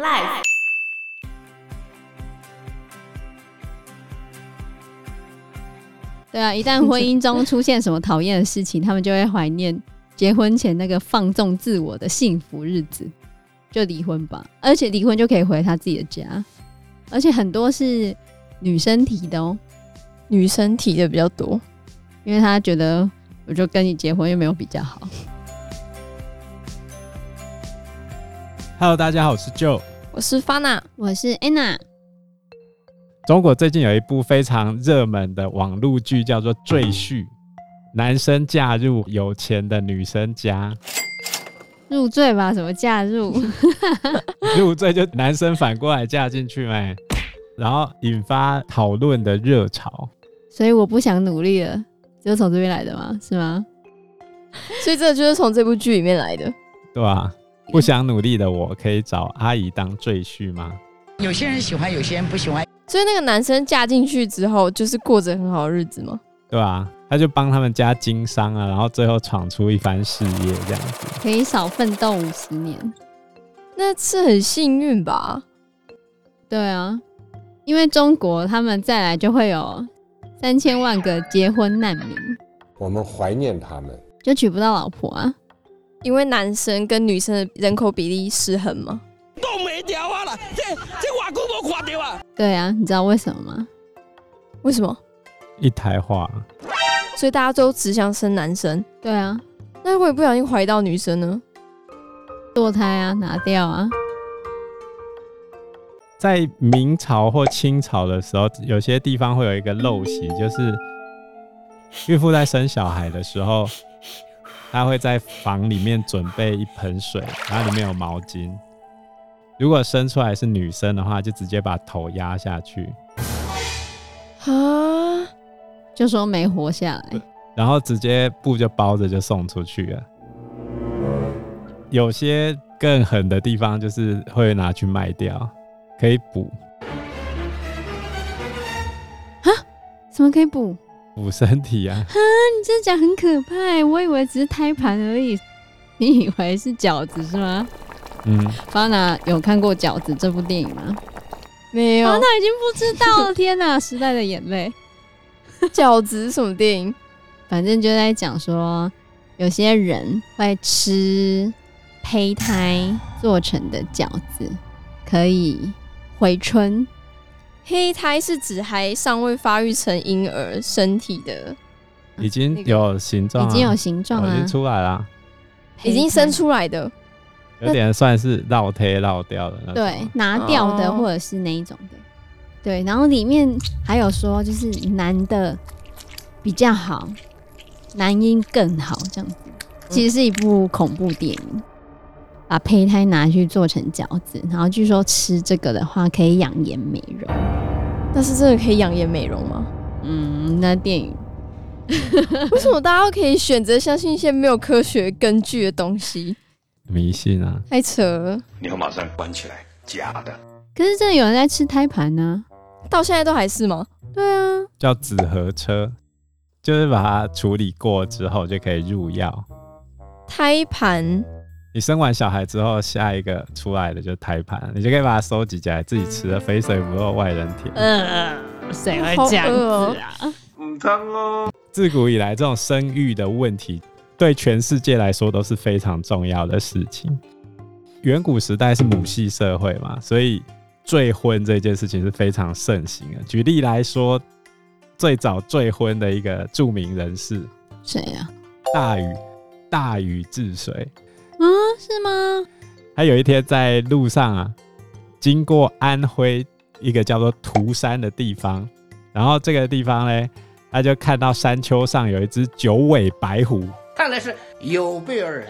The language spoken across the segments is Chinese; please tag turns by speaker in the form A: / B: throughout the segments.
A: Life。
B: 对啊，一旦婚姻中出现什么讨厌的事情，他们就会怀念结婚前那个放纵自我的幸福日子，就离婚吧。而且离婚就可以回他自己的家，而且很多是女生提的哦，
C: 女生提的比较多。
B: 因为她觉得我就跟你结婚又没有比较好。
D: Hello，大家好，我是 Joe。
C: 我是 Fana，
B: 我是 Anna，
D: 中国最近有一部非常热门的网络剧，叫做《赘婿》，男生嫁入有钱的女生家，
B: 入赘吧，什么嫁入？
D: 入赘就男生反过来嫁进去呗，然后引发讨论的热潮。
B: 所以我不想努力了，就从这边来的嘛，是吗？
C: 所以这就是从这部剧里面来的。
D: 对吧、不想努力的我可以找阿姨当赘婿吗？
E: 有些人喜欢，有些人不喜欢。
C: 所以那个男生嫁进去之后，就是过着很好的日子嘛。
D: 对吧、他就帮他们家经商啊，然后最后闯出一番事业这样子。
B: 可以少奋斗五十年。
C: 那是很幸运吧？
B: 对啊，因为中国他们再来就会有三千万个结婚难民，
F: 我们怀念他们。
B: 就娶不到老婆啊。
C: 因为男生跟女生的人口比例失衡嘛。
E: 冻没掉啊啦，这这瓦古无垮掉啊！
B: 对啊，你知道为什么吗？
C: 为什么？
D: 一台话，
C: 所以大家都只想生男生。
B: 对啊，
C: 那如果不小心怀到女生呢？
B: 堕胎啊，拿掉啊，
D: 在明朝或清朝的时候，有些地方会有一个陋习，就是孕妇在生小孩的时候，她会在房里面准备一盆水，然后里面有毛巾。如果生出来是女生的话，就直接把头压下去，
C: 啊，
B: 就说没活下来。
D: 然后直接布就包着就送出去了。有些更狠的地方就是会拿去卖掉，可以补
B: 什么可以补？嗯
D: 补身体啊。
B: 你这讲很可怕欸、我以为只是胎盘而已。你以为是饺子是吗？
D: 嗯，
B: 方娜有看过《饺子》这部电影吗？
C: 没有
B: 方娜已经不知道了。天 哪，时代的眼泪。
C: 饺子是什么电影？
B: 反正就在讲说，有些人会吃胚胎做成的饺子，可以回春。
C: 胚胎是指还尚未发育成婴儿身体的，
D: 已 经
C: 那个
D: 有形状、
B: 已
D: 啊，
B: 经有形状
D: 哦已
B: 啊
D: 经，出来啦，
B: 胚胎
C: 已经生出来的。
D: 有点算是绕贴绕掉的那种。
B: 对，拿掉的
C: 哦
B: 或者是那一种的，对。然后里面还有说，就是男的比较好，男婴更好这样子。其实是一部恐怖电影，把胚胎拿去做成饺子，然后据说吃这个的话可以养颜美容。
C: 但是真的可以养颜美容吗？
B: 嗯，那电影
C: 为什么大家都可以选择相信一些没有科学根据的东西？
D: 迷信啊，
C: 太扯了，
G: 你要马上关起来，假的。
B: 可是真的有人在吃胎盘啊呢、
C: 到现在都还是吗？
B: 对啊，
D: 叫纸盒车，就是把它处理过之后就可以入药。
C: 胎盘
D: 你生完小孩之后，下一个出来的就是胎盘，你就可以把它收集起来，自己吃了，肥水不落外人田。
B: 呃，谁
C: 会哎这样子，
B: 啊？
D: 自古以来，这种生育的问题对全世界来说都是非常重要的事情。远古时代是母系社会嘛，所以赘婚这件事情是非常盛行的。举例来说，最早赘婚的一个著名人士
B: 谁啊？
D: 大禹，大禹治水，
B: 啊，是吗？
D: 他有一天在路上啊，经过安徽一个叫做涂山的地方，然后这个地方嘞，他就看到山丘上有一只九尾白狐，
E: 看来是有备而来。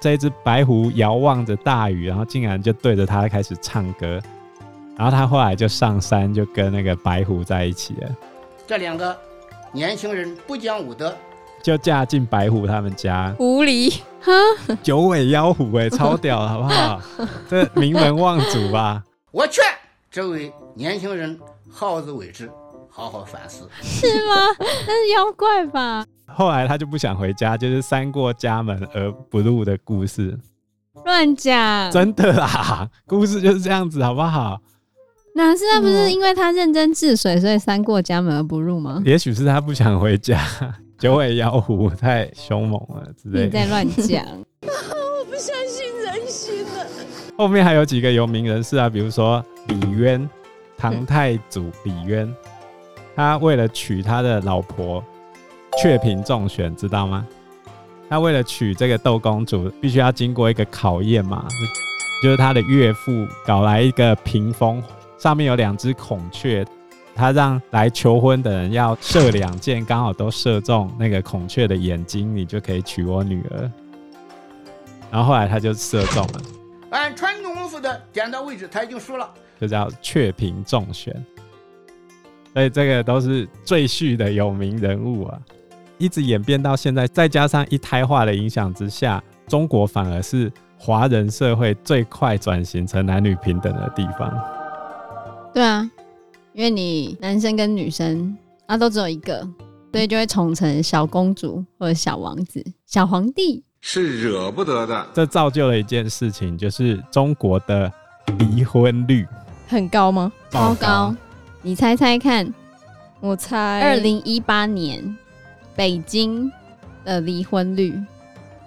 D: 这一只白狐遥望着大禹，然后竟然就对着他开始唱歌，然后他后来就上山就跟那个白狐在一起了，
E: 这两个年轻人不讲武德，
D: 就嫁进白狐他们家
C: 狐狸，
D: 九尾妖狐哎、超屌了好不好？这名门望族吧。
E: 我劝这位年轻人好自为之，好好反思。
B: 是吗？那是妖怪吧？
D: 后来他就不想回家，就是三过家门而不入的故事。
B: 乱讲。
D: 真的啦，故事就是这样子，好不好？
B: 哪是那不
C: 什么
B: 是因为他认真治水，所以三过家门而不入吗？
D: 也许是他不想回家，九尾妖狐太凶猛了之类
B: 你
D: 的
B: 在。乱 讲，
D: 后面还有几个有名人士啊，比如说李渊，唐太祖李渊，他为了娶他的老婆雀屏中选，知道吗？他为了娶这个窦公主，必须要经过一个考验嘛，就是他的岳父搞来一个屏风，上面有两只孔雀，他让来求婚的人要射两箭，刚好都射中那个孔雀的眼睛，你就可以娶我女儿。然后后来他就射中了。
E: 按传统文字的点到为止，他已经输了。
D: 就叫雀屏中选。所以这个都是赘婿的有名人物啊，一直演变到现在，再加上一胎化的影响之下，中国反而是华人社会最快转型成男女平等的地方。
B: 对啊，因为你男生跟女生啊都只有一个，所以就会宠成小公主或者小王子、小皇帝。
G: 是惹不得的。
D: 这造就了一件事情，就是中国的离婚率
C: 很高吗？
B: 超高。，你猜猜看，
C: 我猜
B: 二零一八年北京的离婚率，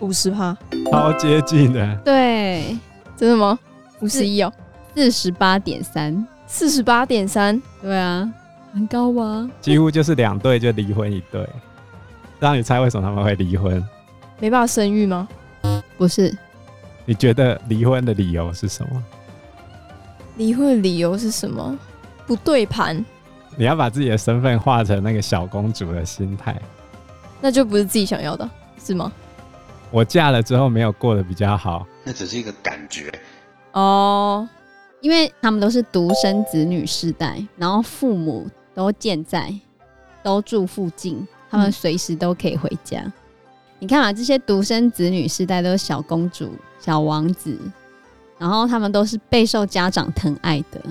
C: 五十趴，
D: 超接近的。
B: 对，
C: 真的吗？五十一哦，
B: 四十八点三，
C: 四十八点三，
B: 对啊，很高吧？
D: 几乎就是两对就离婚一对，让你猜为什么他们会离婚？
C: 没办法生育吗？
B: 不是，
D: 你觉得离婚的理由是什么？
C: 离婚的理由是什么？不对盘，
D: 你要把自己的身份化成那个小公主的心态。
C: 那就不是自己想要的，啊是吗？
D: 我嫁了之后没有过得比较好，
G: 那只是一个感觉，
C: 哦，
B: 因为他们都是独生子女世代，然后父母都健在，都住附近，他们
C: 嗯
B: 随时都可以回家。你看啊，这些独生子女世代都是小公主、小王子，然后他们都是备受家长疼爱的，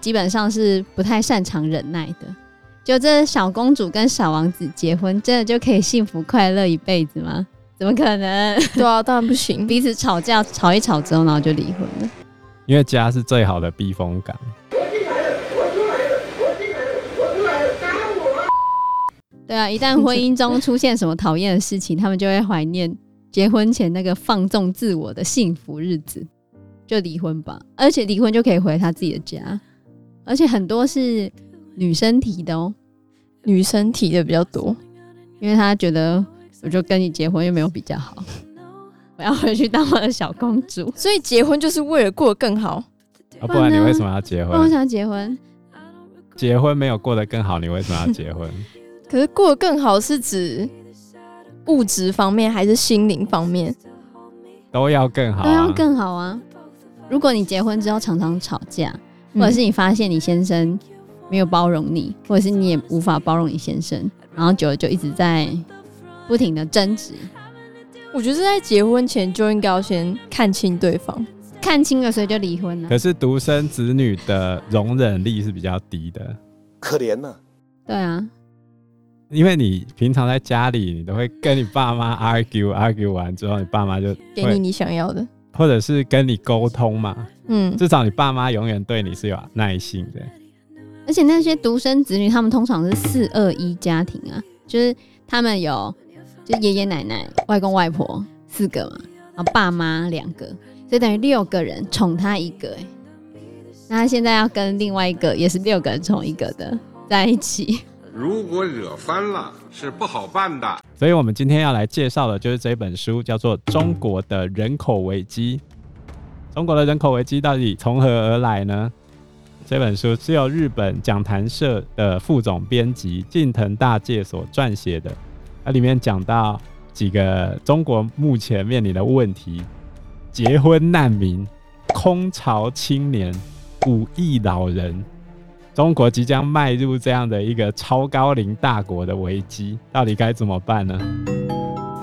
B: 基本上是不太擅长忍耐的。就这小公主跟小王子结婚，真的就可以幸福快乐一辈子吗？怎么可能？
C: 对啊，当然不行。
B: 彼此吵架吵一吵之后，然后就离婚了。
D: 因为家是最好的避风港。
B: 对啊，一旦婚姻中出现什么讨厌的事情，他们就会怀念结婚前那个放纵自我的幸福日子，就离婚吧。而且离婚就可以回他自己的家，而且很多是女生提的哦，
C: 女生提的比较多，
B: 因为她觉得我就跟你结婚又没有比较好，我要回去当我的小公主。
C: 所以结婚就是为了过得更好。
D: 啊、不
B: 不然
D: 然
B: 呢
D: 你为什么要结
B: 那我
D: 婚？
B: 想要结婚，
D: 结婚没有过得更好，你为什么要 结婚？
C: 可是过得更好是指物质方面还是心灵方面？
D: 都要更好、啊，
B: 都要更好啊。如果你结婚之后常常吵架，
D: 嗯
B: 或者是你发现你先生没有包容你，或者是你也无法包容你先生，然后久了就一直在不停的争执，
C: 我觉得在结婚前就应该要先看清对方。
B: 看清了所以就离婚了
D: 可。是独生子女的容忍力是比较低的，
A: 可怜呐、
B: 对啊，
D: 因为你平常在家里，你都会跟你爸妈 argue argue 完之后，你爸妈就
C: 给你
D: 会，
C: 你想要的。
D: 或者是跟你沟通嘛。
C: 嗯，
D: 至少你爸妈永远对你是有耐心的。
B: 而且那些独生子女，他们通常是四二一家庭啊，就是他们有就爷爷奶奶、外公外婆四个嘛，然后爸妈两个，所以等于六个人宠他一个、欸。那他现在要跟另外一个也是六个人宠一个的在一起，
G: 如果惹翻了是不好办的。
D: 所以我们今天要来介绍的就是这本书，叫做《中国的人口危机》。中国的人口危机到底从何而来呢？这本书是由日本讲坛社的副总编辑近藤大介所撰写的，它里面讲到几个中国目前面临的问题：结婚难民、空巢青年、五亿老人。中国即将迈入这样的一个超高龄大国的危机，到底该怎么办呢？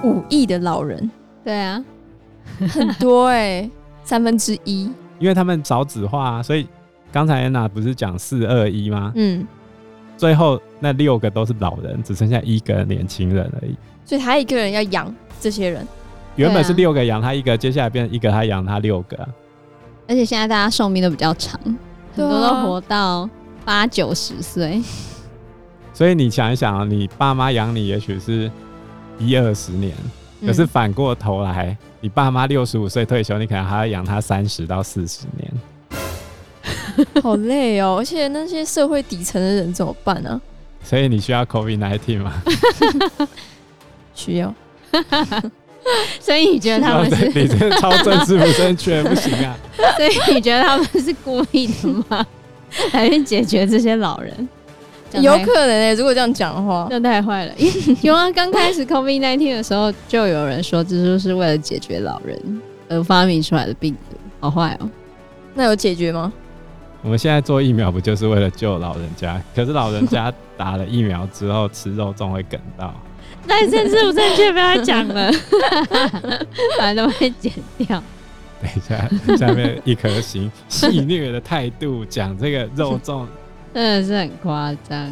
C: 五亿的老人
B: 对啊，
C: 很多哎、三分之一。
D: 因为他们少子化、啊，所以刚才安娜不是讲四二一吗？
C: 嗯，
D: 最后那六个都是老人，只剩下一个年轻人而已。
C: 所以他一个人要养这些人。
D: 原本是
B: 对啊
D: 六个养他一个，接下来变成一个他养他六个啊、
B: 而且现在大家寿命都比较长，
C: 对
B: 很
C: 啊
B: 多都活到八九十岁。
D: 所以你想一想啊，你爸妈养你也许是一二十年，
B: 嗯
D: 可是反过头来，你爸妈六十五岁退休，你可能还要养他三十到四十年。
C: 好累哦，而且那些社会底层的人怎么办啊？
D: 所以你需要 COVID 1 9吗？
C: 需要
B: 所以你觉得他们是？
D: 你这超政治不 正确，不行啊！
B: 所以你觉得他们是故意的吗？ 来去解决这些老人？这
C: 有
B: 样太
C: 可能欸诶、如果这样讲的话
B: 这，样太坏了。因为有啊，刚开始 COVID 1 9的时候，就有人说这就是为了解决老人而发明出来的病毒，好坏哦。
C: 那有解决吗？
D: 我们现在做疫苗不就是为了救老人家？可是老人家打了疫苗之后吃肉粽会梗到，
B: 那政治不正确，不要讲了， 反正都会剪掉。
D: 等一下下面一颗星，戏谑的态度讲这个肉粽，
B: 真的是很夸张。